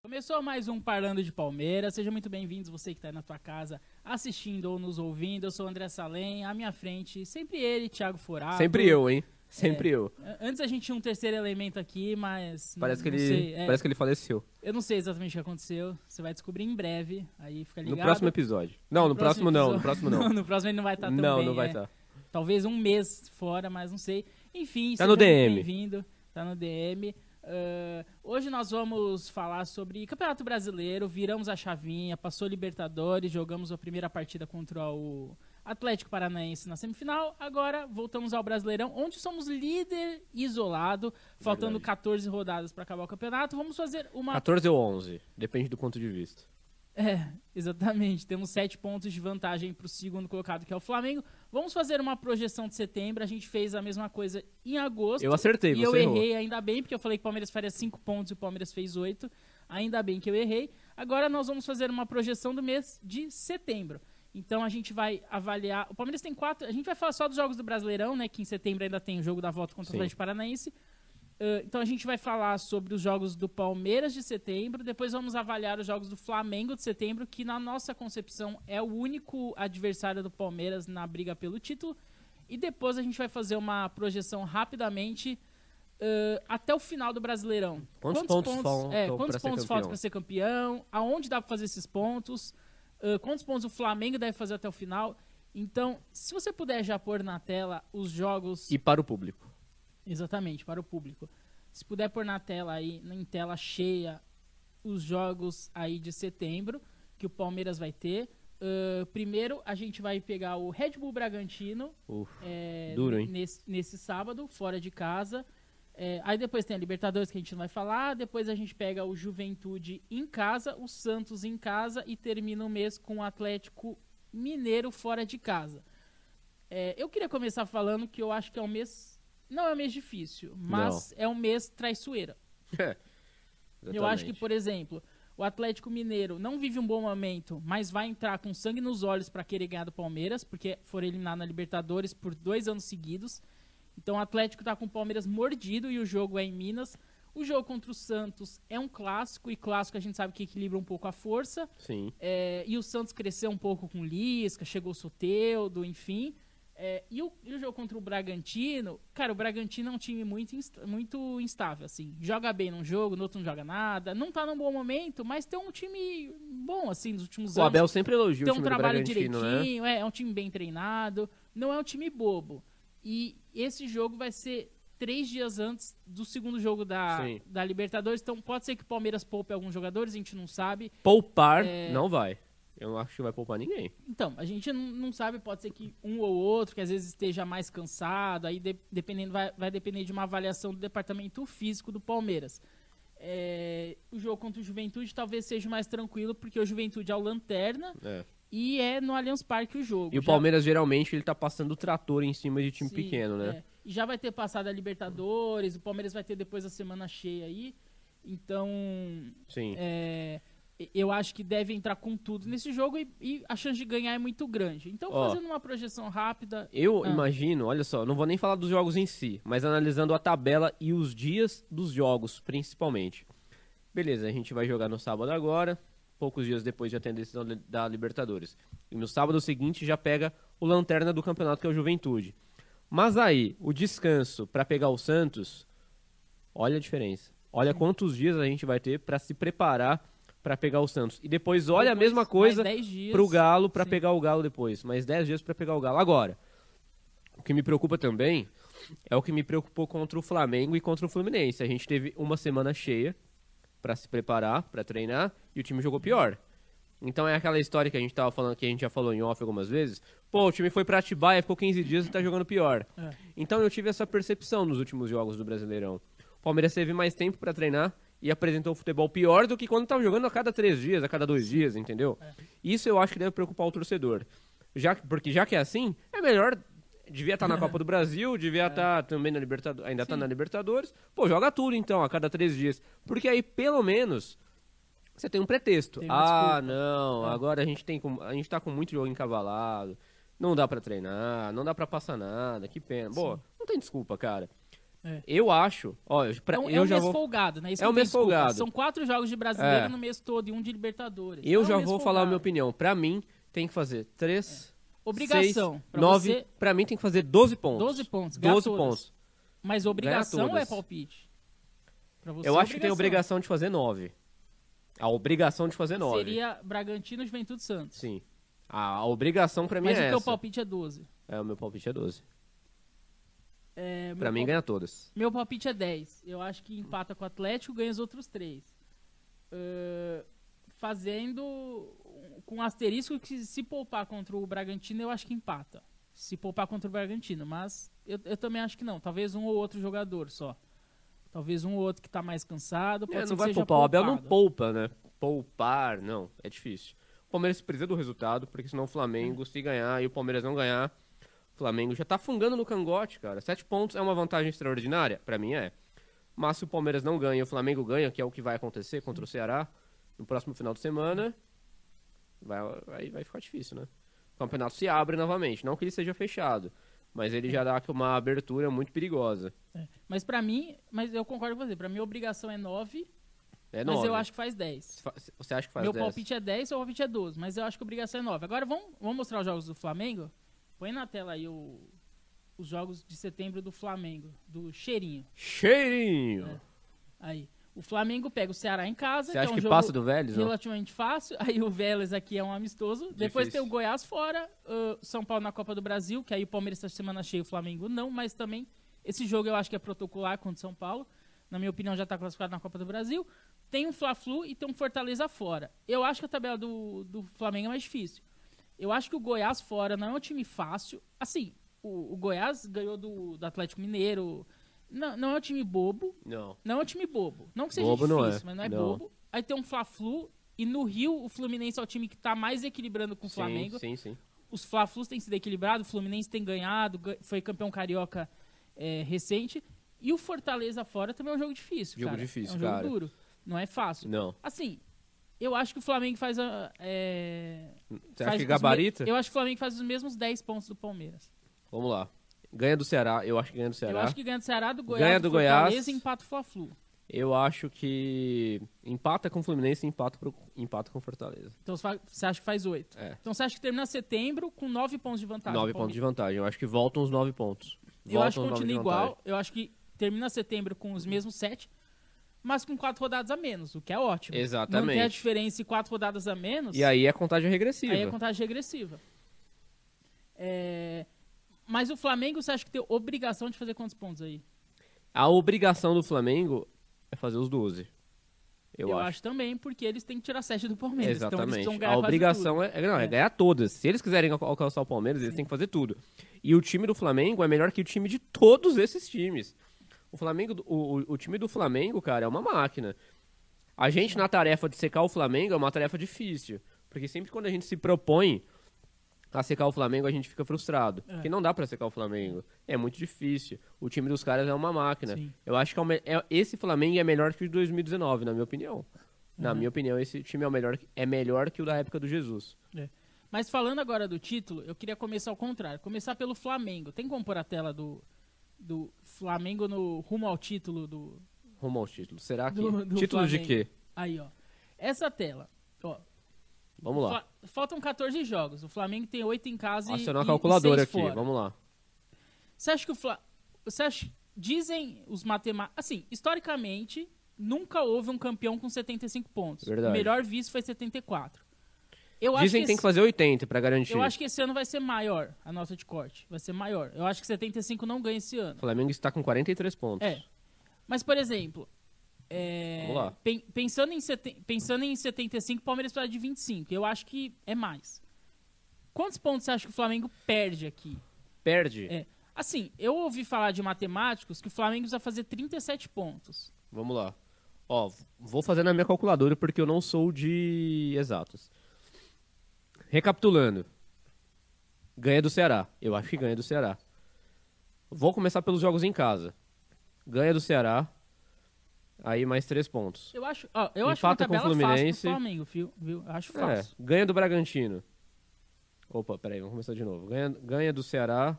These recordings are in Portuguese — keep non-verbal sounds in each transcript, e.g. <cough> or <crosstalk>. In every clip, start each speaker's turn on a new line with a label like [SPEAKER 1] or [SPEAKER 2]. [SPEAKER 1] Começou mais um Parlando de Palmeiras. Sejam muito bem-vindos, você que está aí na tua casa assistindo ou nos ouvindo. Eu sou o André Salem, à minha frente, sempre ele, Thiago Furado.
[SPEAKER 2] Sempre eu, hein? Sempre
[SPEAKER 1] É.
[SPEAKER 2] eu.
[SPEAKER 1] Antes a gente tinha um terceiro elemento aqui, mas. não-
[SPEAKER 2] Parece que,
[SPEAKER 1] não
[SPEAKER 2] ele,
[SPEAKER 1] sei, é,
[SPEAKER 2] parece que ele faleceu.
[SPEAKER 1] Eu não sei exatamente o que aconteceu. Você vai descobrir em breve. Aí fica
[SPEAKER 2] No
[SPEAKER 1] ligado.
[SPEAKER 2] próximo episódio. Não, no próximo, não. No próximo
[SPEAKER 1] <laughs>
[SPEAKER 2] não.
[SPEAKER 1] no próximo ele não vai estar tão
[SPEAKER 2] não,
[SPEAKER 1] bem,
[SPEAKER 2] não vai tá.
[SPEAKER 1] é.
[SPEAKER 2] estar.
[SPEAKER 1] Talvez um mês fora, mas não sei. Enfim, seja
[SPEAKER 2] Tá no
[SPEAKER 1] muito
[SPEAKER 2] DM.
[SPEAKER 1] Bem-vindo, tá no DM. Ah, hoje nós vamos falar sobre Campeonato Brasileiro. Viramos a chavinha, passou Libertadores, jogamos a primeira partida contra o Atlético Paranaense na semifinal. Agora voltamos ao Brasileirão, onde somos líder isolado, faltando 14 rodadas para acabar o campeonato. Vamos fazer uma
[SPEAKER 2] 14 ou 11. Depende do ponto de vista.
[SPEAKER 1] é, exatamente. Temos sete pontos de vantagem para o segundo colocado, que é o Flamengo. Vamos fazer uma projeção de setembro. A gente fez a mesma coisa em agosto.
[SPEAKER 2] Eu acertei,
[SPEAKER 1] E
[SPEAKER 2] você
[SPEAKER 1] eu
[SPEAKER 2] errou.
[SPEAKER 1] errei ainda bem, porque eu falei que o Palmeiras faria cinco pontos e o Palmeiras fez oito. Ainda bem que eu errei. Agora nós vamos fazer uma projeção do mês de setembro. Então a gente vai avaliar. O Palmeiras tem quatro. A gente vai falar só dos jogos do Brasileirão, né? Que em setembro ainda tem o jogo da volta contra
[SPEAKER 2] Sim.
[SPEAKER 1] o Atlético Paranaense. Uh, então a gente vai falar sobre os jogos do Palmeiras de setembro, depois vamos avaliar os jogos do Flamengo de setembro, que na nossa concepção é o único adversário do Palmeiras na briga pelo título. E depois a gente vai fazer uma projeção rapidamente uh, até o final do Brasileirão.
[SPEAKER 2] Quantos pontos faltam
[SPEAKER 1] é,
[SPEAKER 2] pra
[SPEAKER 1] quantos
[SPEAKER 2] ser
[SPEAKER 1] pontos
[SPEAKER 2] campeão?
[SPEAKER 1] faltam para ser campeão? Aonde dá para fazer esses pontos? Uh, quantos pontos o Flamengo deve fazer até o final? Então, se você puder já pôr na tela os jogos
[SPEAKER 2] E para o público.
[SPEAKER 1] Exatamente, para o público. Se puder pôr na tela aí, em tela cheia, os jogos aí de setembro que o Palmeiras vai ter. Ahn, primeiro, a gente vai pegar o Red Bull Bragantino
[SPEAKER 2] Uf,
[SPEAKER 1] é,
[SPEAKER 2] Duro, <laughs> hein?
[SPEAKER 1] Nesse, nesse sábado, fora de casa. É, aí depois tem a Libertadores, que a gente não vai falar. Depois a gente pega o Juventude em casa, o Santos em casa e termina o mês com o Atlético Mineiro fora de casa. É, eu queria começar falando que eu acho que é um mês. Não é um mês difícil, mas é um mês traiçoeira. Eu acho que,
[SPEAKER 2] É. Exatamente.
[SPEAKER 1] por exemplo, o Atlético Mineiro não vive um bom momento, mas vai entrar com sangue nos olhos para querer ganhar do Palmeiras, porque foram eliminados na Libertadores por dois anos seguidos. Então o Atlético tá com o Palmeiras mordido e o jogo é em Minas. O jogo contra o Santos é um clássico, e clássico a gente sabe que equilibra um pouco a força.
[SPEAKER 2] Sim.
[SPEAKER 1] É, e o Santos cresceu um pouco com o Lisca, chegou o Soteudo, enfim. É, e, o, e o jogo contra o Bragantino, cara, o Bragantino é um time muito, insta- muito instável, assim. Joga bem num jogo, no outro não joga nada. Não tá num bom momento, mas tem um time bom, assim, nos últimos
[SPEAKER 2] O
[SPEAKER 1] anos.
[SPEAKER 2] Abel sempre elogia
[SPEAKER 1] tem
[SPEAKER 2] o
[SPEAKER 1] um
[SPEAKER 2] time do
[SPEAKER 1] trabalho
[SPEAKER 2] Bragantino, né?
[SPEAKER 1] direitinho, é, é um time bem treinado. Não é um time bobo. E esse jogo vai ser três dias antes do segundo jogo da,
[SPEAKER 2] Sim.
[SPEAKER 1] da Libertadores. Então pode ser que o Palmeiras poupe alguns jogadores, a gente não sabe.
[SPEAKER 2] Poupar
[SPEAKER 1] É.
[SPEAKER 2] não vai. Eu não acho que vai poupar ninguém.
[SPEAKER 1] Então, a gente não, não sabe, pode ser que um ou outro, que às vezes esteja mais cansado, aí de- dependendo, vai, vai depender de uma avaliação do departamento físico do Palmeiras. É, o jogo contra o Juventude talvez seja mais tranquilo, porque o Juventude é o Lanterna
[SPEAKER 2] É.
[SPEAKER 1] e é no Allianz Parque o jogo.
[SPEAKER 2] E o
[SPEAKER 1] Já-
[SPEAKER 2] Palmeiras, geralmente, ele tá passando o trator em cima de time
[SPEAKER 1] Sim,
[SPEAKER 2] pequeno, né?
[SPEAKER 1] é. E já vai ter passado a Libertadores, o Palmeiras vai ter depois a semana cheia aí. Então,
[SPEAKER 2] Sim.
[SPEAKER 1] é, eu acho que deve entrar com tudo nesse jogo e, e a chance de ganhar é muito grande. Então,
[SPEAKER 2] Ó.
[SPEAKER 1] fazendo uma projeção rápida.
[SPEAKER 2] Eu
[SPEAKER 1] Ah.
[SPEAKER 2] imagino, olha só, não vou nem falar dos jogos em si, mas analisando a tabela e os dias dos jogos, principalmente. Beleza, a gente vai jogar no sábado agora, poucos dias depois já tem a decisão li- da Libertadores. E no sábado seguinte já pega o lanterna do campeonato, que é o Juventude. Mas aí, o descanso para pegar o Santos, olha a diferença. Olha quantos dias a gente vai ter para se preparar para pegar o Santos. E depois olha a
[SPEAKER 1] depois,
[SPEAKER 2] mesma coisa
[SPEAKER 1] mais 10 dias.
[SPEAKER 2] pro Galo pra
[SPEAKER 1] Sim.
[SPEAKER 2] pegar o Galo depois. Mais 10 dias pra pegar o Galo. Agora, o que me preocupa também é o que me preocupou contra o Flamengo e contra o Fluminense. A gente teve uma semana cheia pra se preparar, pra treinar e o time jogou pior. Então é aquela história que a gente tava falando, que a gente já falou em off algumas vezes. Pô, o time foi pra Atibaia, ficou 15 dias e tá jogando pior.
[SPEAKER 1] É.
[SPEAKER 2] Então eu tive essa percepção nos últimos jogos do Brasileirão. O Palmeiras teve mais tempo pra treinar e apresentou um futebol pior do que quando tava jogando a cada três dias, a cada dois dias, entendeu? Isso eu acho que deve preocupar o torcedor. Já, que- porque já que é assim, é melhor.
[SPEAKER 1] <laughs>
[SPEAKER 2] Devia estar na Copa do Brasil, devia estar
[SPEAKER 1] É.
[SPEAKER 2] também na Libertadores. Ainda tá na Libertadores. Pô, joga tudo então, a cada três dias. Porque aí, pelo menos, você tem um pretexto.
[SPEAKER 1] Tem uma
[SPEAKER 2] ah,
[SPEAKER 1] desculpa.
[SPEAKER 2] não,
[SPEAKER 1] É.
[SPEAKER 2] agora a gente tem com- a gente tá com muito jogo encavalado. Não dá pra treinar, não dá pra passar nada, que pena. Pô, não tem desculpa, cara.
[SPEAKER 1] É.
[SPEAKER 2] Eu acho, ó, eu, pra-
[SPEAKER 1] Então, é
[SPEAKER 2] eu
[SPEAKER 1] um
[SPEAKER 2] já
[SPEAKER 1] mês
[SPEAKER 2] vou,
[SPEAKER 1] folgado, né? Isso
[SPEAKER 2] É
[SPEAKER 1] que
[SPEAKER 2] um
[SPEAKER 1] eu
[SPEAKER 2] mês
[SPEAKER 1] tenho desculpa.
[SPEAKER 2] folgado.
[SPEAKER 1] São quatro jogos de brasileiro
[SPEAKER 2] É.
[SPEAKER 1] no mês todo e um de Libertadores.
[SPEAKER 2] eu
[SPEAKER 1] É um
[SPEAKER 2] já
[SPEAKER 1] mês
[SPEAKER 2] vou falar a minha
[SPEAKER 1] folgado.
[SPEAKER 2] opinião. Pra mim, tem que fazer 3,
[SPEAKER 1] É. Obrigação.
[SPEAKER 2] 6,
[SPEAKER 1] pra
[SPEAKER 2] 9,
[SPEAKER 1] você,
[SPEAKER 2] pra mim tem que fazer 12 pontos.
[SPEAKER 1] 12 pontos. ganhar
[SPEAKER 2] 12
[SPEAKER 1] todas.
[SPEAKER 2] pontos.
[SPEAKER 1] Mas obrigação
[SPEAKER 2] todas.
[SPEAKER 1] é palpite. Pra você,
[SPEAKER 2] Eu acho que tem a
[SPEAKER 1] obrigação.
[SPEAKER 2] obrigação é de fazer 9. A obrigação de fazer 9.
[SPEAKER 1] Seria Bragantino, Juventude Santos.
[SPEAKER 2] Sim. A, a obrigação pra mim
[SPEAKER 1] Mas
[SPEAKER 2] é
[SPEAKER 1] o teu
[SPEAKER 2] essa.
[SPEAKER 1] palpite é 12.
[SPEAKER 2] É, o meu palpite é 12.
[SPEAKER 1] É, meu
[SPEAKER 2] Pra mim,
[SPEAKER 1] palpite-
[SPEAKER 2] ganha todas.
[SPEAKER 1] Meu palpite é 10. Eu acho que empata com o Atlético, ganha os outros 3. fazendo um- com um asterisco que se poupar contra o Bragantino, eu acho que empata. Se poupar contra o Bragantino, mas eu, eu também acho que não. Talvez um ou outro jogador só. Talvez um ou outro que tá mais cansado. Pode
[SPEAKER 2] É,
[SPEAKER 1] ser
[SPEAKER 2] não
[SPEAKER 1] que
[SPEAKER 2] vai
[SPEAKER 1] seja
[SPEAKER 2] poupar. O Abel não
[SPEAKER 1] poupado.
[SPEAKER 2] poupa, né? Poupar, não. É difícil. O Palmeiras precisa do resultado, porque senão o Flamengo, se ganhar e o Palmeiras não ganhar, o Flamengo já tá fungando no cangote, cara. Sete pontos é uma vantagem extraordinária? Pra mim é. Mas se o Palmeiras não ganha e o Flamengo ganha, que é o que vai acontecer contra o Ceará no próximo final de semana, vai, vai, vai ficar difícil, né? O campeonato se abre novamente. Não que ele seja fechado, mas ele já dá uma abertura muito perigosa.
[SPEAKER 1] É. Mas pra mim, mas eu concordo com você. Pra mim, a obrigação é 9,
[SPEAKER 2] É
[SPEAKER 1] mas
[SPEAKER 2] nove.
[SPEAKER 1] eu acho que faz 10.
[SPEAKER 2] Fa- Você acha que faz
[SPEAKER 1] meu
[SPEAKER 2] 10?
[SPEAKER 1] palpite é 10, seu palpite é 12, mas eu acho que a obrigação é 9. Agora vamos, vamos mostrar os jogos do Flamengo? Põe na tela aí o- os jogos de setembro do Flamengo, do cheirinho.
[SPEAKER 2] Cheirinho!
[SPEAKER 1] É. Aí. O Flamengo pega o Ceará em casa,
[SPEAKER 2] Você acha
[SPEAKER 1] é um
[SPEAKER 2] que
[SPEAKER 1] jogo
[SPEAKER 2] passa do Vélez? não?
[SPEAKER 1] relativamente fácil. Aí o Vélez aqui é um amistoso. Depois tem
[SPEAKER 2] Difícil.
[SPEAKER 1] o Goiás fora, ah, São Paulo na Copa do Brasil, que aí o Palmeiras essa semana cheia, o Flamengo não, mas também esse jogo eu acho que é protocolar contra o São Paulo. Na minha opinião, já está classificado na Copa do Brasil. Tem um Fla-Flu e tem um Fortaleza fora. Eu acho que a tabela do, do Flamengo é mais difícil. Eu acho que o Goiás fora não é um time fácil. Assim, o, o Goiás ganhou do, do Atlético Mineiro. Não, não é um time bobo,
[SPEAKER 2] Não.
[SPEAKER 1] não é um time bobo. Não que seja
[SPEAKER 2] Bobo
[SPEAKER 1] difícil,
[SPEAKER 2] não é.
[SPEAKER 1] mas não é
[SPEAKER 2] Não.
[SPEAKER 1] bobo. Aí tem um Fla-Flu. E no Rio, o Fluminense é o time que tá mais equilibrando com o Flamengo.
[SPEAKER 2] Sim, sim, sim.
[SPEAKER 1] Os Fla-Flus têm sido equilibrados, o Fluminense tem ganhado, gan- foi campeão carioca é, recente. E o Fortaleza fora também é um jogo difícil,
[SPEAKER 2] Jogo
[SPEAKER 1] cara.
[SPEAKER 2] difícil,
[SPEAKER 1] é um jogo
[SPEAKER 2] cara.
[SPEAKER 1] duro. Não é fácil.
[SPEAKER 2] Não.
[SPEAKER 1] Assim, eu acho que o Flamengo faz a... é,
[SPEAKER 2] Você
[SPEAKER 1] faz
[SPEAKER 2] acha que
[SPEAKER 1] os
[SPEAKER 2] gabarita?
[SPEAKER 1] me- Eu acho que o Flamengo faz os mesmos 10 pontos do Palmeiras.
[SPEAKER 2] Vamos lá. Ganha do Ceará. Eu acho que ganha do Ceará.
[SPEAKER 1] Eu acho que ganha do Ceará, do Goiás,
[SPEAKER 2] Ganha do Goiás.
[SPEAKER 1] Fortaleza e empata o Fla-Flu.
[SPEAKER 2] que empata com o Fluminense e empata, pro... empata com o Fortaleza.
[SPEAKER 1] Então você fa- você acha que faz oito.
[SPEAKER 2] É.
[SPEAKER 1] Então você acha que termina setembro com nove pontos de vantagem.
[SPEAKER 2] nove pontos de vantagem. Eu acho que voltam os nove pontos.
[SPEAKER 1] vantagem. Tá, Eu acho que
[SPEAKER 2] Voltam os nove de
[SPEAKER 1] continua
[SPEAKER 2] vantagem.
[SPEAKER 1] igual. Eu acho que termina setembro com os mesmos sete, mas com quatro rodadas a menos, o que é ótimo.
[SPEAKER 2] Exatamente.
[SPEAKER 1] Manter a diferença e quatro rodadas a menos,
[SPEAKER 2] E aí é contagem regressiva.
[SPEAKER 1] aí é contagem regressiva. É, Mas o Flamengo, você acha que tem obrigação de fazer quantos pontos aí?
[SPEAKER 2] A obrigação do Flamengo é fazer os 12. Eu,
[SPEAKER 1] acho.
[SPEAKER 2] acho.
[SPEAKER 1] também, porque eles têm que tirar sete do Palmeiras. então eles
[SPEAKER 2] Exatamente.
[SPEAKER 1] precisam ganhar
[SPEAKER 2] a
[SPEAKER 1] quase tudo.
[SPEAKER 2] obrigação é, é- não, é.
[SPEAKER 1] É.
[SPEAKER 2] ganhar todas. Se eles quiserem alca- alcançar o Palmeiras, eles têm que fazer tudo. E o time do Flamengo é melhor que o time de todos esses times. O Flamengo, do- o, o- o time do Flamengo, cara, é uma máquina. A gente na tarefa de secar o Flamengo é uma tarefa difícil, porque sempre quando a gente se propõe a secar o Flamengo, a gente fica frustrado,
[SPEAKER 1] É.
[SPEAKER 2] porque não dá pra secar o Flamengo. É muito difícil. O time dos caras é uma máquina.
[SPEAKER 1] Sim.
[SPEAKER 2] Eu acho que é o me- é- esse Flamengo é melhor que o de 2019, na minha opinião.
[SPEAKER 1] Uhum.
[SPEAKER 2] Na minha opinião, esse time é, o melhor, é melhor que o da época do Jesus.
[SPEAKER 1] É. Mas falando agora do título, eu queria começar ao contrário. Começar pelo Flamengo. Tem como pôr a tela do, do Flamengo no rumo ao título do.
[SPEAKER 2] Rumo ao título. Será que.
[SPEAKER 1] Do- do
[SPEAKER 2] título de
[SPEAKER 1] Flamengo.
[SPEAKER 2] quê?
[SPEAKER 1] Aí, ó. Essa tela. Ó,
[SPEAKER 2] Vamos lá.
[SPEAKER 1] Fa- Faltam 14 jogos. O Flamengo tem 8 em casa e,
[SPEAKER 2] Acionar
[SPEAKER 1] e- e
[SPEAKER 2] a calculadora
[SPEAKER 1] seis
[SPEAKER 2] aqui.
[SPEAKER 1] fora.
[SPEAKER 2] Vamos lá.
[SPEAKER 1] Você acha que o Fla... Você acha... Dizem os matemáticos... Assim, historicamente, nunca houve um campeão com 75 pontos.
[SPEAKER 2] Verdade.
[SPEAKER 1] O melhor vice foi 74. Eu acho
[SPEAKER 2] Dizem que tem
[SPEAKER 1] esse-
[SPEAKER 2] que fazer 80 pra garantir.
[SPEAKER 1] Eu acho que esse ano vai ser maior, a nota de corte. Vai ser maior. Eu acho que 75 não ganha esse ano.
[SPEAKER 2] O Flamengo está com 43 pontos.
[SPEAKER 1] É. Mas, por exemplo, é,
[SPEAKER 2] Vamos lá.
[SPEAKER 1] pen- pensando, em seten- pensando em 75, o Palmeiras precisa de 25. Eu acho que é mais. Quantos pontos você acha que o Flamengo perde aqui?
[SPEAKER 2] Perde.
[SPEAKER 1] É. Assim, eu ouvi falar de matemáticos que o Flamengo precisa fazer 37 pontos.
[SPEAKER 2] Vamos lá. Ó, vou fazer na minha calculadora porque eu não sou de exatos. Recapitulando. Ganha do Ceará. Eu acho que ganha do Ceará. Vou começar pelos jogos em casa. Ganha do Ceará. Aí mais três pontos.
[SPEAKER 1] Eu acho, ó, eu acho uma
[SPEAKER 2] Empata com o
[SPEAKER 1] tabela fácil pro
[SPEAKER 2] Fluminense.
[SPEAKER 1] Flamengo, viu? viu? Eu acho
[SPEAKER 2] É,
[SPEAKER 1] fácil.
[SPEAKER 2] ganha do Bragantino. Opa, peraí, vamos começar de novo. Ganha, ganha do Ceará.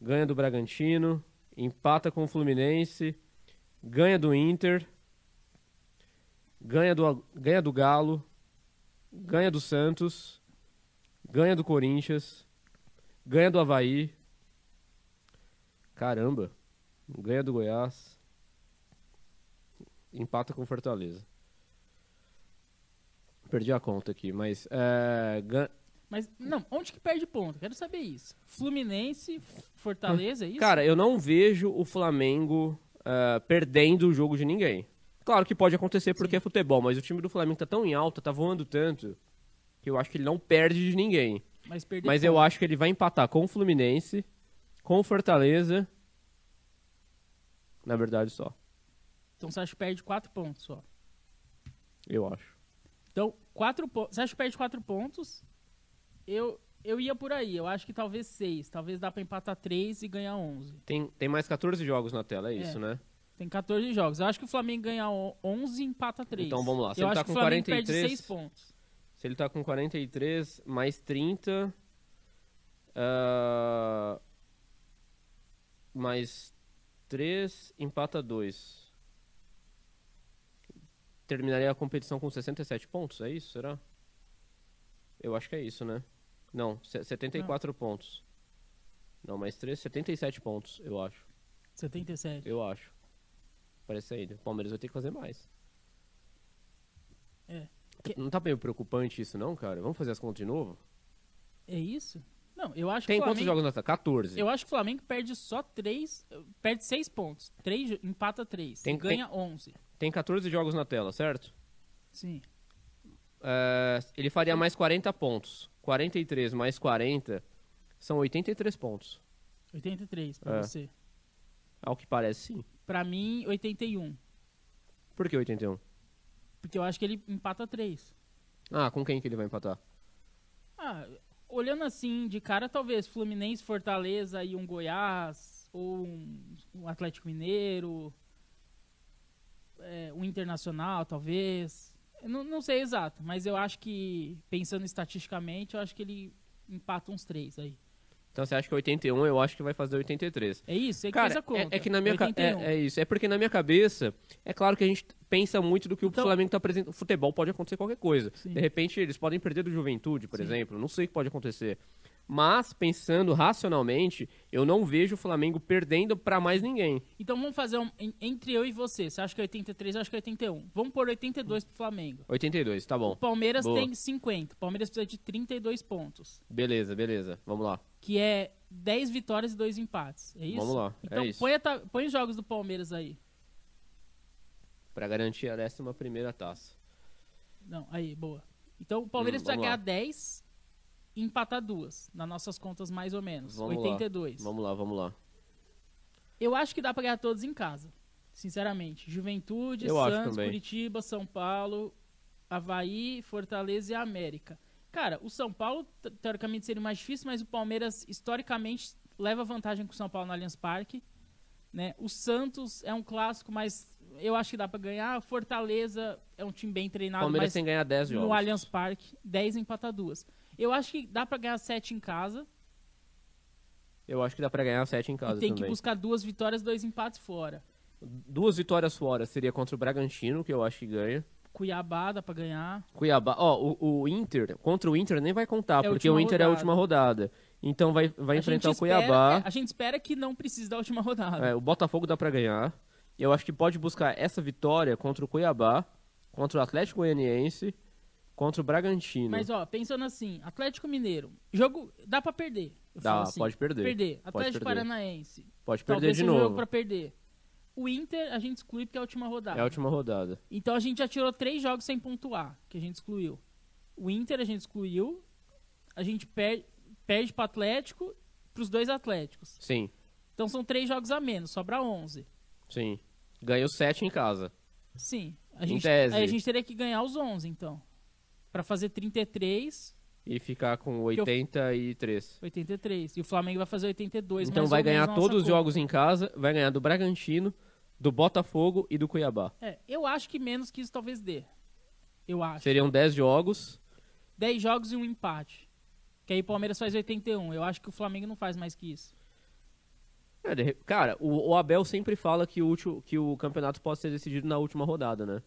[SPEAKER 2] Ganha do Bragantino. empata com o Fluminense, ganha do Inter, ganha do, ganha do Galo, ganha do Santos, ganha do Corinthians, ganha do Havaí. Caramba, ganha do Goiás, empata com Fortaleza. Perdi a conta aqui, mas. É, gan-
[SPEAKER 1] Mas, não, onde que perde ponto? Quero saber isso. Fluminense, Fortaleza, é isso?
[SPEAKER 2] Cara, eu não vejo o Flamengo ah, perdendo o jogo de ninguém. Claro que pode acontecer porque é futebol, mas o time do Flamengo tá tão em alta, tá voando tanto, que eu acho que ele não perde de ninguém.
[SPEAKER 1] mas perder
[SPEAKER 2] Mas eu acho que ele vai empatar com o Fluminense, com o Fortaleza. Na verdade, só.
[SPEAKER 1] Então você acha que perde 4 pontos só.
[SPEAKER 2] Eu acho.
[SPEAKER 1] Então, quatro pontos. Você acha que perde 4 pontos? Eu, eu ia por aí. Eu acho que talvez 6. Talvez dá pra empatar 3 e ganhar 11.
[SPEAKER 2] Tem, tem mais 14 jogos na tela, é
[SPEAKER 1] É.
[SPEAKER 2] isso, né?
[SPEAKER 1] Tem 14 jogos. Eu acho que o Flamengo ganha on- 11 e empata 3.
[SPEAKER 2] Então, vamos lá. Se
[SPEAKER 1] eu
[SPEAKER 2] ele
[SPEAKER 1] acho
[SPEAKER 2] tá
[SPEAKER 1] que o
[SPEAKER 2] com
[SPEAKER 1] Flamengo
[SPEAKER 2] 43,
[SPEAKER 1] perde 6 pontos.
[SPEAKER 2] Se ele tá com 43, mais 30. ah, mais 3, empata 2. Terminaria a competição com 67 pontos, é isso? Será? Eu acho que é isso, né? Não, se- 74 pontos. Não, mais 3, 77 pontos, eu acho.
[SPEAKER 1] 77.
[SPEAKER 2] Eu acho. Parece ainda. O Palmeiras vai ter que fazer mais.
[SPEAKER 1] É.
[SPEAKER 2] T- Não tá meio preocupante isso, não, cara? Vamos fazer as contas de novo?
[SPEAKER 1] É isso? Não, eu acho
[SPEAKER 2] Tem
[SPEAKER 1] que o
[SPEAKER 2] quantos
[SPEAKER 1] Flamengo...
[SPEAKER 2] jogos na tua? 14.
[SPEAKER 1] Tipo, Eu acho que o Flamengo perde só 3... Perde 6 pontos. 3, empata 3.
[SPEAKER 2] Tem-
[SPEAKER 1] ganha 11.
[SPEAKER 2] Tem 14 jogos na tela, certo?
[SPEAKER 1] Sim.
[SPEAKER 2] É, ele faria mais 40 pontos. 43 mais 40 são 83 pontos.
[SPEAKER 1] 83 pra
[SPEAKER 2] É.
[SPEAKER 1] você.
[SPEAKER 2] Ao que parece, sim.
[SPEAKER 1] Pra mim, 81.
[SPEAKER 2] Por que 81?
[SPEAKER 1] Porque eu acho que ele empata 3.
[SPEAKER 2] Ah, com quem que ele vai empatar?
[SPEAKER 1] Ah, olhando assim, de cara, talvez Fluminense, Fortaleza e um Goiás, ou um, um Atlético Mineiro, é, um Internacional, talvez. Eu não, não sei exato, mas eu acho que, pensando estatisticamente, eu acho que ele empata uns três aí.
[SPEAKER 2] Então você acha que 81, eu acho que vai fazer 83.
[SPEAKER 1] É isso? Você que fez
[SPEAKER 2] Cara,
[SPEAKER 1] a conta.
[SPEAKER 2] é, é que na minha ca-
[SPEAKER 1] 81.
[SPEAKER 2] é, é isso. É porque na minha cabeça, é claro que a gente pensa muito do que
[SPEAKER 1] Então-
[SPEAKER 2] o Flamengo tá apresentando. Futebol pode acontecer qualquer coisa.
[SPEAKER 1] Sim.
[SPEAKER 2] De repente, eles podem perder do juventude, por
[SPEAKER 1] Sim.
[SPEAKER 2] exemplo. Não sei o que pode acontecer. Mas, pensando racionalmente, eu não vejo o Flamengo perdendo pra mais ninguém.
[SPEAKER 1] Então vamos fazer um, en- entre eu e você. Você acha que é 83, eu acho que é 81. Vamos pôr 82 pro Flamengo.
[SPEAKER 2] 82, tá
[SPEAKER 1] O
[SPEAKER 2] bom.
[SPEAKER 1] Palmeiras
[SPEAKER 2] boa.
[SPEAKER 1] tem 50. O Palmeiras precisa de 32 pontos.
[SPEAKER 2] Beleza, beleza. Vamos lá.
[SPEAKER 1] que é 10 vitórias e 2 empates. É isso?
[SPEAKER 2] Vamos lá, é
[SPEAKER 1] Então
[SPEAKER 2] isso.
[SPEAKER 1] Põe, a ta- põe os jogos do Palmeiras aí.
[SPEAKER 2] Pra garantir a 11 primeira taça.
[SPEAKER 1] Não, aí, boa. Então o Palmeiras
[SPEAKER 2] Hum,
[SPEAKER 1] precisa
[SPEAKER 2] vamos
[SPEAKER 1] ganhar
[SPEAKER 2] lá.
[SPEAKER 1] 10 e empatar duas, nas nossas contas mais ou menos.
[SPEAKER 2] Vamos lá.
[SPEAKER 1] 82.
[SPEAKER 2] Vamos lá, vamos lá.
[SPEAKER 1] Eu acho que dá pra ganhar todos em casa. Sinceramente. Juventude,
[SPEAKER 2] Eu acho
[SPEAKER 1] Santos,
[SPEAKER 2] também.
[SPEAKER 1] Curitiba, São Paulo, Havaí, Fortaleza e América. Cara, o São Paulo, te- teoricamente, seria mais difícil, mas o Palmeiras, historicamente, leva vantagem com o São Paulo no Allianz Parque. Né? O Santos é um clássico, mas eu acho que dá pra ganhar. O Fortaleza é um time bem treinado,
[SPEAKER 2] Palmeiras
[SPEAKER 1] mas
[SPEAKER 2] tem que ganhar 10 jogos.
[SPEAKER 1] no Allianz Parque, 10 e empatar duas. Eu acho que dá pra ganhar 7 em casa.
[SPEAKER 2] Eu acho que dá pra ganhar 7 em casa
[SPEAKER 1] e tem
[SPEAKER 2] também.
[SPEAKER 1] que buscar duas vitórias, dois empates fora.
[SPEAKER 2] Duas vitórias fora seria contra o Bragantino, que eu acho que ganha.
[SPEAKER 1] Cuiabá dá pra ganhar.
[SPEAKER 2] Cuiabá. Ó, o, o Inter, contra o Inter nem vai contar,
[SPEAKER 1] É a
[SPEAKER 2] porque
[SPEAKER 1] última
[SPEAKER 2] o Inter é a
[SPEAKER 1] rodada.
[SPEAKER 2] última rodada. Então vai, vai
[SPEAKER 1] A gente
[SPEAKER 2] enfrentar o
[SPEAKER 1] espera-
[SPEAKER 2] Cuiabá.
[SPEAKER 1] é, a gente espera que não precise da última <laughs> rodada.
[SPEAKER 2] É, o Botafogo dá pra ganhar. Eu acho que pode buscar essa vitória contra o Cuiabá, contra o Atlético Goianiense, contra o Bragantino.
[SPEAKER 1] Mas, ó, pensando assim, Atlético Mineiro, jogo dá pra perder. Eu
[SPEAKER 2] Dá,
[SPEAKER 1] falo assim,
[SPEAKER 2] pode perder.
[SPEAKER 1] Perder.
[SPEAKER 2] Pode
[SPEAKER 1] Atlético
[SPEAKER 2] perder.
[SPEAKER 1] Paranaense.
[SPEAKER 2] pode perder
[SPEAKER 1] talvez
[SPEAKER 2] de
[SPEAKER 1] seja um jogo
[SPEAKER 2] novo.
[SPEAKER 1] pra perder. O Inter a gente exclui porque é a última rodada.
[SPEAKER 2] É a última rodada.
[SPEAKER 1] Então a gente já tirou três jogos sem pontuar, que a gente excluiu. O Inter a gente excluiu, a gente perde, perde pro Atlético, pros dois Atléticos.
[SPEAKER 2] Sim,
[SPEAKER 1] Então são três jogos a menos, sobra 11.
[SPEAKER 2] sim. Ganhou 7 em casa.
[SPEAKER 1] Sim. A
[SPEAKER 2] Em
[SPEAKER 1] gente,
[SPEAKER 2] tese.
[SPEAKER 1] Aí a gente teria que ganhar os 11, então. Pra fazer 33,
[SPEAKER 2] E ficar com
[SPEAKER 1] eu-
[SPEAKER 2] 83.
[SPEAKER 1] 83. E o Flamengo vai fazer 82.
[SPEAKER 2] Então
[SPEAKER 1] mais
[SPEAKER 2] vai
[SPEAKER 1] ou menos na
[SPEAKER 2] ganhar
[SPEAKER 1] nossa
[SPEAKER 2] todos os
[SPEAKER 1] conta.
[SPEAKER 2] jogos em casa, vai ganhar do Bragantino, do Botafogo e do Cuiabá.
[SPEAKER 1] É, eu acho que menos que isso talvez dê. Eu acho.
[SPEAKER 2] Seriam 10 jogos.
[SPEAKER 1] 10 jogos e um empate. Que aí o Palmeiras faz 81. Eu acho que o Flamengo não faz mais que isso.
[SPEAKER 2] É, de re- Cara, o, o Abel sempre fala que o, último, que o campeonato pode ser decidido na última rodada, né?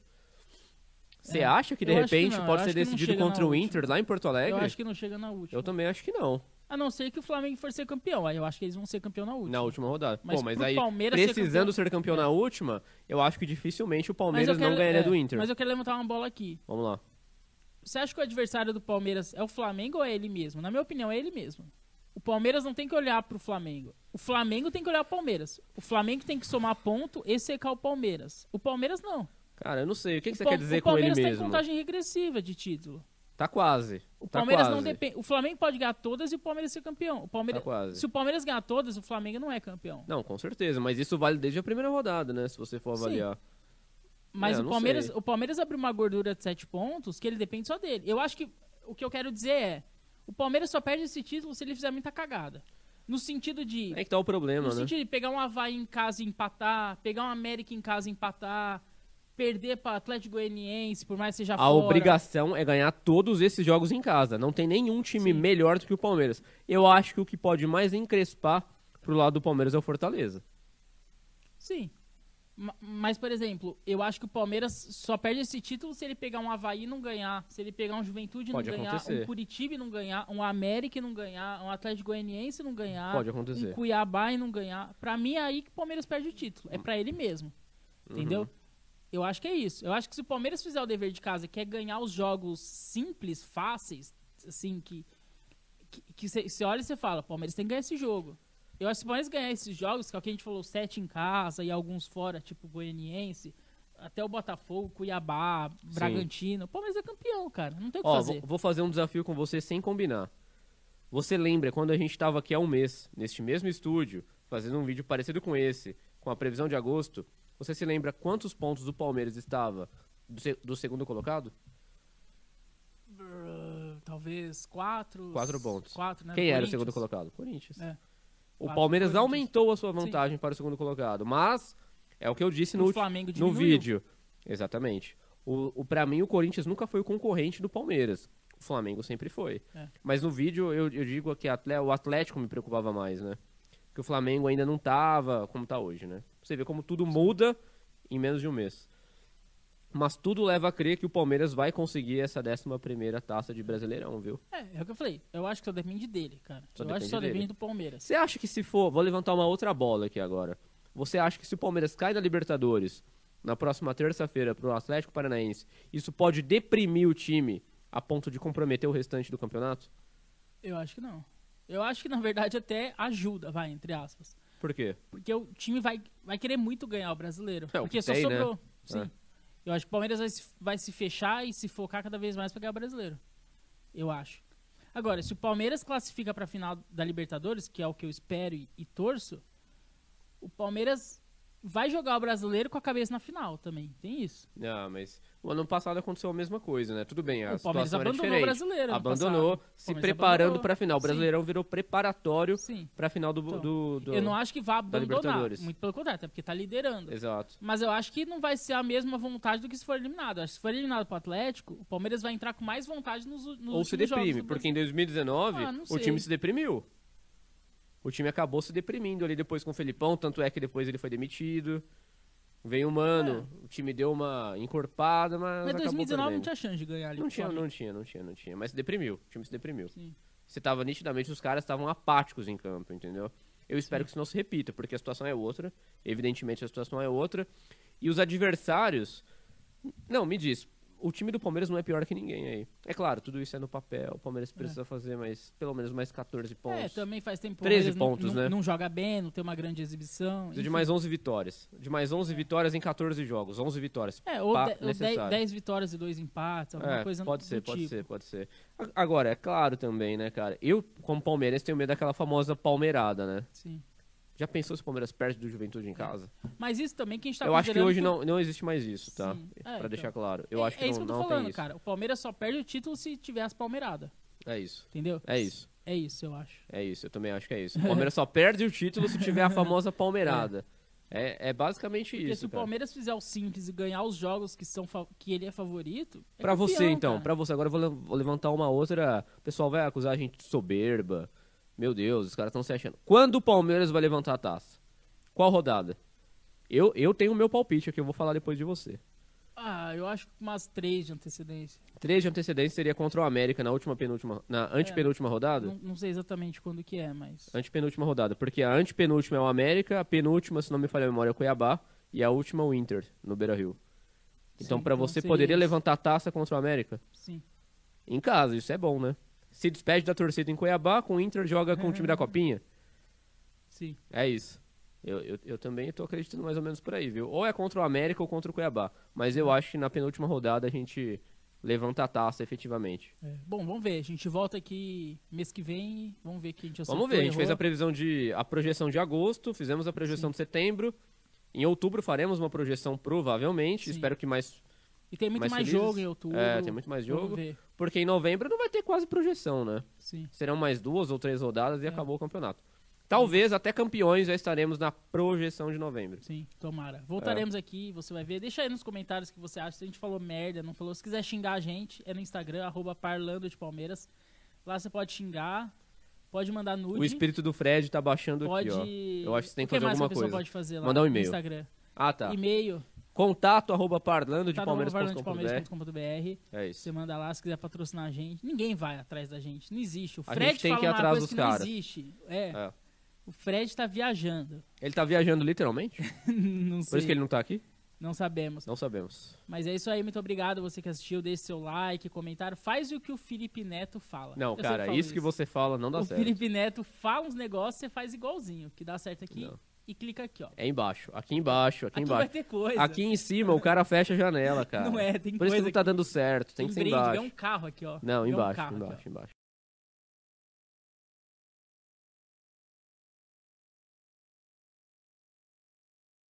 [SPEAKER 2] Você
[SPEAKER 1] É,
[SPEAKER 2] acha que de
[SPEAKER 1] eu acho que
[SPEAKER 2] repente
[SPEAKER 1] não, eu
[SPEAKER 2] pode
[SPEAKER 1] acho
[SPEAKER 2] ser
[SPEAKER 1] que não
[SPEAKER 2] decidido
[SPEAKER 1] chega na
[SPEAKER 2] contra o
[SPEAKER 1] última.
[SPEAKER 2] Inter lá em Porto
[SPEAKER 1] Eu
[SPEAKER 2] Alegre?
[SPEAKER 1] acho que não chega na última.
[SPEAKER 2] É, Eu também acho que não.
[SPEAKER 1] A não ser que o Flamengo for ser campeão. Aí eu acho que eles vão ser campeão na última.
[SPEAKER 2] Na última rodada.
[SPEAKER 1] Mas
[SPEAKER 2] Pô, mas
[SPEAKER 1] pro
[SPEAKER 2] aí,
[SPEAKER 1] Palmeiras ser
[SPEAKER 2] precisando
[SPEAKER 1] campeão- É.
[SPEAKER 2] ser campeão na última, eu acho que dificilmente o
[SPEAKER 1] Mas eu
[SPEAKER 2] Palmeiras não
[SPEAKER 1] quero-
[SPEAKER 2] ganharia
[SPEAKER 1] é,
[SPEAKER 2] do Inter.
[SPEAKER 1] Mas eu quero levantar uma bola aqui.
[SPEAKER 2] Vamos lá.
[SPEAKER 1] Você acha que o adversário do Palmeiras é o Flamengo ou é ele mesmo? Na minha opinião, é ele mesmo. O Palmeiras não tem que olhar pro Flamengo. O Flamengo tem que olhar pro Palmeiras. O Flamengo tem que somar ponto e secar o Palmeiras. O Palmeiras não.
[SPEAKER 2] Cara, eu não sei. O que, que você
[SPEAKER 1] O Pal-
[SPEAKER 2] quer dizer
[SPEAKER 1] o
[SPEAKER 2] com ele
[SPEAKER 1] Palmeiras tá
[SPEAKER 2] mesmo?
[SPEAKER 1] em contagem regressiva de título.
[SPEAKER 2] Tá quase.
[SPEAKER 1] O Palmeiras
[SPEAKER 2] tá
[SPEAKER 1] não
[SPEAKER 2] quase.
[SPEAKER 1] depende. O Flamengo pode ganhar todas e o Palmeiras ser campeão. O Palmeiras...
[SPEAKER 2] Tá quase.
[SPEAKER 1] Se o Palmeiras ganhar todas, o Flamengo não é campeão.
[SPEAKER 2] Não, com certeza. Mas isso vale desde a primeira rodada, né? Se você for
[SPEAKER 1] Sim.
[SPEAKER 2] avaliar.
[SPEAKER 1] Mas
[SPEAKER 2] É, eu
[SPEAKER 1] o,
[SPEAKER 2] não
[SPEAKER 1] Palmeiras,
[SPEAKER 2] sei.
[SPEAKER 1] o Palmeiras abriu uma gordura de sete pontos que ele depende só dele. Eu acho que o que eu quero dizer é: o Palmeiras só perde esse título se ele fizer muita cagada. No sentido de.
[SPEAKER 2] É que tá o
[SPEAKER 1] no
[SPEAKER 2] problema, né?
[SPEAKER 1] sentido de pegar um Havaí em casa e empatar, pegar um América em casa e empatar, perder pra Atlético Goianiense, por mais que seja
[SPEAKER 2] A
[SPEAKER 1] Tá fora.
[SPEAKER 2] obrigação é ganhar todos esses jogos em casa. Não tem nenhum time
[SPEAKER 1] Sim.
[SPEAKER 2] melhor do que o Palmeiras. Eu acho que o que pode mais encrespar pro lado do Palmeiras é o Fortaleza.
[SPEAKER 1] Sim. Ma- Mas, por exemplo, eu acho que o Palmeiras só perde esse título se ele pegar um Havaí e não ganhar, se ele pegar um Juventude e não
[SPEAKER 2] Pode
[SPEAKER 1] ganhar,
[SPEAKER 2] acontecer.
[SPEAKER 1] um Curitiba e não ganhar, um América e não ganhar, um Atlético Goianiense e não ganhar,
[SPEAKER 2] Pode acontecer.
[SPEAKER 1] um Cuiabá e não ganhar. Pra mim é aí que o Palmeiras perde o título.
[SPEAKER 2] Hum.
[SPEAKER 1] É pra ele mesmo. Entendeu?
[SPEAKER 2] Uhum.
[SPEAKER 1] Eu acho que é isso. Eu acho que se o Palmeiras fizer o dever de casa, que é ganhar os jogos simples, fáceis, assim, que que você olha e você fala, Palmeiras tem que ganhar esse jogo. Eu acho que se o Palmeiras ganhar esses jogos, que é o que a gente falou, sete em casa e alguns fora, tipo Goianiense, até o Botafogo, Cuiabá, Bragantino, o Palmeiras é campeão, cara. Não tem o que
[SPEAKER 2] Ó,
[SPEAKER 1] fazer.
[SPEAKER 2] vou- vou fazer um desafio com você sem combinar. Você lembra quando a gente tava aqui há um mês, neste mesmo estúdio, fazendo um vídeo parecido com esse, com a previsão de agosto? Você se lembra quantos pontos o Palmeiras estava do, se- do segundo colocado?
[SPEAKER 1] Brrr, Talvez quatro.
[SPEAKER 2] Quatro pontos.
[SPEAKER 1] Quatro, né?
[SPEAKER 2] Quem era o
[SPEAKER 1] Corinthians.
[SPEAKER 2] segundo colocado? Corinthians.
[SPEAKER 1] É.
[SPEAKER 2] O
[SPEAKER 1] Quatro
[SPEAKER 2] Palmeiras
[SPEAKER 1] Corinthians.
[SPEAKER 2] aumentou a sua vantagem para o segundo colocado, mas é o que eu disse no,
[SPEAKER 1] O
[SPEAKER 2] ulti-
[SPEAKER 1] Flamengo
[SPEAKER 2] no
[SPEAKER 1] diminuiu.
[SPEAKER 2] vídeo. Exatamente. O, o para mim o Corinthians nunca foi o concorrente do Palmeiras. O Flamengo sempre foi.
[SPEAKER 1] É.
[SPEAKER 2] Mas no vídeo eu, eu digo que atle- o Atlético me preocupava mais, né? Que o Flamengo ainda não tava como tá hoje, né? Você vê como tudo muda em menos de um mês. Mas tudo leva a crer que o Palmeiras vai conseguir essa 11 primeira taça de Brasileirão, viu?
[SPEAKER 1] É, é o que eu falei. Eu acho que só depende dele, cara.
[SPEAKER 2] Só
[SPEAKER 1] eu acho que
[SPEAKER 2] depende
[SPEAKER 1] só
[SPEAKER 2] dele.
[SPEAKER 1] depende do Palmeiras.
[SPEAKER 2] Você acha que se for, vou levantar uma outra bola aqui agora. Você acha que se o Palmeiras cai da Libertadores na próxima terça-feira pro Atlético Paranaense, isso pode deprimir o time a ponto de comprometer o restante do campeonato?
[SPEAKER 1] Eu acho que não. Eu acho que, na verdade, até ajuda, vai, entre aspas.
[SPEAKER 2] Por quê?
[SPEAKER 1] Porque o time vai, vai querer muito ganhar o brasileiro.
[SPEAKER 2] É, o
[SPEAKER 1] porque
[SPEAKER 2] que
[SPEAKER 1] só
[SPEAKER 2] tem, né?
[SPEAKER 1] sobrou. Sim.
[SPEAKER 2] É.
[SPEAKER 1] Eu acho que o Palmeiras vai se, vai se fechar e se focar cada vez mais pra ganhar o brasileiro. Eu acho. Agora, se o Palmeiras classifica pra final da Libertadores, que é o que eu espero e, e torço, o Palmeiras vai jogar o brasileiro com a cabeça na final também. Tem isso.
[SPEAKER 2] Ah, mas o ano passado aconteceu a mesma coisa, né? Tudo bem, a
[SPEAKER 1] O Palmeiras
[SPEAKER 2] situação era
[SPEAKER 1] abandonou o
[SPEAKER 2] diferente.
[SPEAKER 1] brasileiro ano
[SPEAKER 2] abandonou,
[SPEAKER 1] passado.
[SPEAKER 2] se
[SPEAKER 1] Palmeiras
[SPEAKER 2] preparando
[SPEAKER 1] abandonou.
[SPEAKER 2] para a final. O
[SPEAKER 1] Sim.
[SPEAKER 2] Brasileirão virou preparatório
[SPEAKER 1] Sim.
[SPEAKER 2] para a final do,
[SPEAKER 1] Então,
[SPEAKER 2] do, do-
[SPEAKER 1] Eu não acho que vá abandonar.
[SPEAKER 2] Libertadores.
[SPEAKER 1] Muito pelo contrário, até porque tá liderando.
[SPEAKER 2] Exato.
[SPEAKER 1] Mas eu acho que não vai ser a mesma vontade do que se for eliminado. Eu acho que se for eliminado pro Atlético, o Palmeiras vai entrar com mais vontade nos, u- nos
[SPEAKER 2] Ou se
[SPEAKER 1] últimos jogos
[SPEAKER 2] deprime,
[SPEAKER 1] do
[SPEAKER 2] porque em 2019
[SPEAKER 1] Ah, não
[SPEAKER 2] o
[SPEAKER 1] sei.
[SPEAKER 2] time se deprimiu. O time acabou se deprimindo ali depois com o Felipão, tanto é que depois ele foi demitido. Veio o Mano, o time deu uma encorpada, mas.
[SPEAKER 1] É. Mas
[SPEAKER 2] acabou
[SPEAKER 1] 2019 não
[SPEAKER 2] perdendo.
[SPEAKER 1] tinha chance de ganhar ali.
[SPEAKER 2] não
[SPEAKER 1] pro
[SPEAKER 2] tinha,
[SPEAKER 1] Flamengo.
[SPEAKER 2] não tinha, não tinha, não tinha. Mas se deprimiu, o time se deprimiu.
[SPEAKER 1] Sim.
[SPEAKER 2] Você tava nitidamente, os caras estavam apáticos em campo, entendeu? Eu espero que isso não se repita, porque a situação é outra. Evidentemente a situação é outra. E os adversários. Não, me diz. O time do Palmeiras não é pior que ninguém aí. É claro, tudo isso é no papel. O Palmeiras precisa fazer mais, pelo menos mais 14 pontos.
[SPEAKER 1] É, também faz tempo que o
[SPEAKER 2] 13
[SPEAKER 1] Palmeiras não-
[SPEAKER 2] pontos,
[SPEAKER 1] não,
[SPEAKER 2] né?
[SPEAKER 1] não joga bem, não tem uma grande exibição.
[SPEAKER 2] Precisa de
[SPEAKER 1] enfim.
[SPEAKER 2] mais 11 vitórias. De mais 11 vitórias em 14 jogos. 11 vitórias.
[SPEAKER 1] É, ou,
[SPEAKER 2] Pá,
[SPEAKER 1] de- ou
[SPEAKER 2] um necessário.
[SPEAKER 1] 10, vitórias e 2 empates, alguma
[SPEAKER 2] É,
[SPEAKER 1] coisa
[SPEAKER 2] pode
[SPEAKER 1] do
[SPEAKER 2] ser, pode
[SPEAKER 1] tipo.
[SPEAKER 2] ser, pode ser. A- Agora, é claro também, né, cara? Eu, como palmeirense, tenho medo daquela famosa palmeirada, né?
[SPEAKER 1] Sim.
[SPEAKER 2] Já pensou se o Palmeiras perde do Juventude em casa?
[SPEAKER 1] Mas isso também que a gente É, tá
[SPEAKER 2] eu acho que
[SPEAKER 1] considerando
[SPEAKER 2] hoje não, não existe mais isso, tá?
[SPEAKER 1] Sim. É,
[SPEAKER 2] pra
[SPEAKER 1] então.
[SPEAKER 2] deixar claro. Eu
[SPEAKER 1] é,
[SPEAKER 2] acho que
[SPEAKER 1] é
[SPEAKER 2] não,
[SPEAKER 1] isso que eu tô
[SPEAKER 2] não
[SPEAKER 1] falando,
[SPEAKER 2] tem isso.
[SPEAKER 1] cara. O Palmeiras só perde o título se tiver as palmeiradas,
[SPEAKER 2] É isso.
[SPEAKER 1] entendeu?
[SPEAKER 2] É isso.
[SPEAKER 1] É isso, eu acho.
[SPEAKER 2] É isso. Eu também acho que é
[SPEAKER 1] <laughs>
[SPEAKER 2] isso. O Palmeiras só perde o título se tiver a famosa palmeirada. É, é basicamente
[SPEAKER 1] Porque se
[SPEAKER 2] isso,
[SPEAKER 1] o
[SPEAKER 2] cara.
[SPEAKER 1] Palmeiras fizer o simples e ganhar os jogos que, são, fa- que ele é favorito. É
[SPEAKER 2] Pra você,
[SPEAKER 1] campeão,
[SPEAKER 2] então.
[SPEAKER 1] cara.
[SPEAKER 2] Pra você. Agora eu vou, le- vou levantar uma outra... O pessoal vai acusar a gente de soberba. Meu Deus, os caras estão se achando. Quando o Palmeiras vai levantar a taça? Qual rodada? Eu, eu tenho o meu palpite aqui, eu vou falar depois de você.
[SPEAKER 1] Ah, eu acho que umas três de antecedência.
[SPEAKER 2] Três de antecedência seria contra o América na última penúltima. Na antepenúltima rodada?
[SPEAKER 1] É. Não, não sei exatamente quando que é, mas.
[SPEAKER 2] Antepenúltima rodada, porque a antepenúltima é o América, a penúltima, se não me falha a memória, é o Cuiabá, e a última é o Inter, no Beira Rio. Então,
[SPEAKER 1] Sim,
[SPEAKER 2] pra
[SPEAKER 1] então
[SPEAKER 2] você,
[SPEAKER 1] seria
[SPEAKER 2] poderia
[SPEAKER 1] isso.
[SPEAKER 2] levantar a taça contra o América?
[SPEAKER 1] Sim.
[SPEAKER 2] Em casa, isso é bom, né? Se despede da torcida em Cuiabá, com o Inter joga com o time da Copinha.
[SPEAKER 1] Sim.
[SPEAKER 2] É isso. Eu, eu, eu também tô acreditando mais ou menos por aí, viu? Ou é contra o América ou contra o Cuiabá. Mas eu acho que na penúltima rodada a gente levanta a taça efetivamente.
[SPEAKER 1] É. Bom, vamos ver. A gente volta aqui mês que vem e vamos ver que a gente acertou,
[SPEAKER 2] Vamos ver, a gente
[SPEAKER 1] errou.
[SPEAKER 2] fez a previsão de. a projeção de agosto, fizemos a projeção de setembro. Em outubro faremos uma projeção provavelmente.
[SPEAKER 1] Sim.
[SPEAKER 2] Espero que mais.
[SPEAKER 1] E tem muito
[SPEAKER 2] mais
[SPEAKER 1] mais,
[SPEAKER 2] felizes.
[SPEAKER 1] jogo em outubro.
[SPEAKER 2] É, tem muito mais jogo.
[SPEAKER 1] Vamos ver.
[SPEAKER 2] Porque em novembro não vai ter quase projeção, né?
[SPEAKER 1] Sim.
[SPEAKER 2] Serão mais duas ou três rodadas
[SPEAKER 1] É.
[SPEAKER 2] e acabou o campeonato. Talvez até campeões já estaremos na projeção de novembro.
[SPEAKER 1] Sim, tomara. Voltaremos aqui, você vai ver. Deixa aí nos comentários o que você acha. Se a gente falou merda, não falou. Se quiser xingar a gente, é no Instagram, arroba Parlando de Palmeiras. Lá você pode xingar, pode mandar nude.
[SPEAKER 2] O espírito do Fred tá baixando
[SPEAKER 1] pode...
[SPEAKER 2] aqui, ó. Eu acho que você tem
[SPEAKER 1] O
[SPEAKER 2] que fazer
[SPEAKER 1] mais
[SPEAKER 2] alguma
[SPEAKER 1] a pessoa
[SPEAKER 2] coisa.
[SPEAKER 1] pode fazer lá
[SPEAKER 2] Mandar um
[SPEAKER 1] no
[SPEAKER 2] e-mail.
[SPEAKER 1] Instagram.
[SPEAKER 2] Ah, tá.
[SPEAKER 1] E-mail,
[SPEAKER 2] Contato arroba parlando de
[SPEAKER 1] tá no
[SPEAKER 2] palmeiras.com.br.
[SPEAKER 1] parlandepalmeiras.com.br.
[SPEAKER 2] É
[SPEAKER 1] Você
[SPEAKER 2] isso.
[SPEAKER 1] manda lá, se quiser patrocinar a gente. Ninguém vai atrás da gente, não existe. O
[SPEAKER 2] A
[SPEAKER 1] Fred
[SPEAKER 2] gente tem
[SPEAKER 1] fala
[SPEAKER 2] que ir
[SPEAKER 1] uma
[SPEAKER 2] atrás
[SPEAKER 1] coisa
[SPEAKER 2] dos
[SPEAKER 1] que
[SPEAKER 2] caras.
[SPEAKER 1] não existe. É,
[SPEAKER 2] É.
[SPEAKER 1] o Fred tá viajando.
[SPEAKER 2] Ele tá
[SPEAKER 1] <laughs>
[SPEAKER 2] viajando literalmente?
[SPEAKER 1] não
[SPEAKER 2] Por
[SPEAKER 1] sei,
[SPEAKER 2] isso que ele não tá aqui?
[SPEAKER 1] não sabemos.
[SPEAKER 2] Não sabemos.
[SPEAKER 1] Mas é isso aí, muito obrigado você que assistiu, deixe seu like, comentário, faz o que o Felipe Neto fala.
[SPEAKER 2] Não,
[SPEAKER 1] Eu sempre
[SPEAKER 2] cara, é
[SPEAKER 1] falo
[SPEAKER 2] isso, que você fala não dá
[SPEAKER 1] O
[SPEAKER 2] certo.
[SPEAKER 1] Felipe Neto fala uns negócios, você faz igualzinho, que dá certo aqui
[SPEAKER 2] Não.
[SPEAKER 1] e clica aqui, ó.
[SPEAKER 2] É embaixo. Aqui embaixo, aqui,
[SPEAKER 1] Aqui vai
[SPEAKER 2] embaixo.
[SPEAKER 1] ter coisa.
[SPEAKER 2] Aqui em cima o cara fecha a janela, cara.
[SPEAKER 1] <laughs> Não é, tem
[SPEAKER 2] Por isso que
[SPEAKER 1] coisa
[SPEAKER 2] não tá dando certo. Tem
[SPEAKER 1] um
[SPEAKER 2] que ser
[SPEAKER 1] brinde, ganha
[SPEAKER 2] embaixo.
[SPEAKER 1] um carro aqui, ó. Ganha
[SPEAKER 2] Não,
[SPEAKER 1] um
[SPEAKER 2] embaixo,
[SPEAKER 1] carro aqui, ó.
[SPEAKER 2] embaixo, embaixo.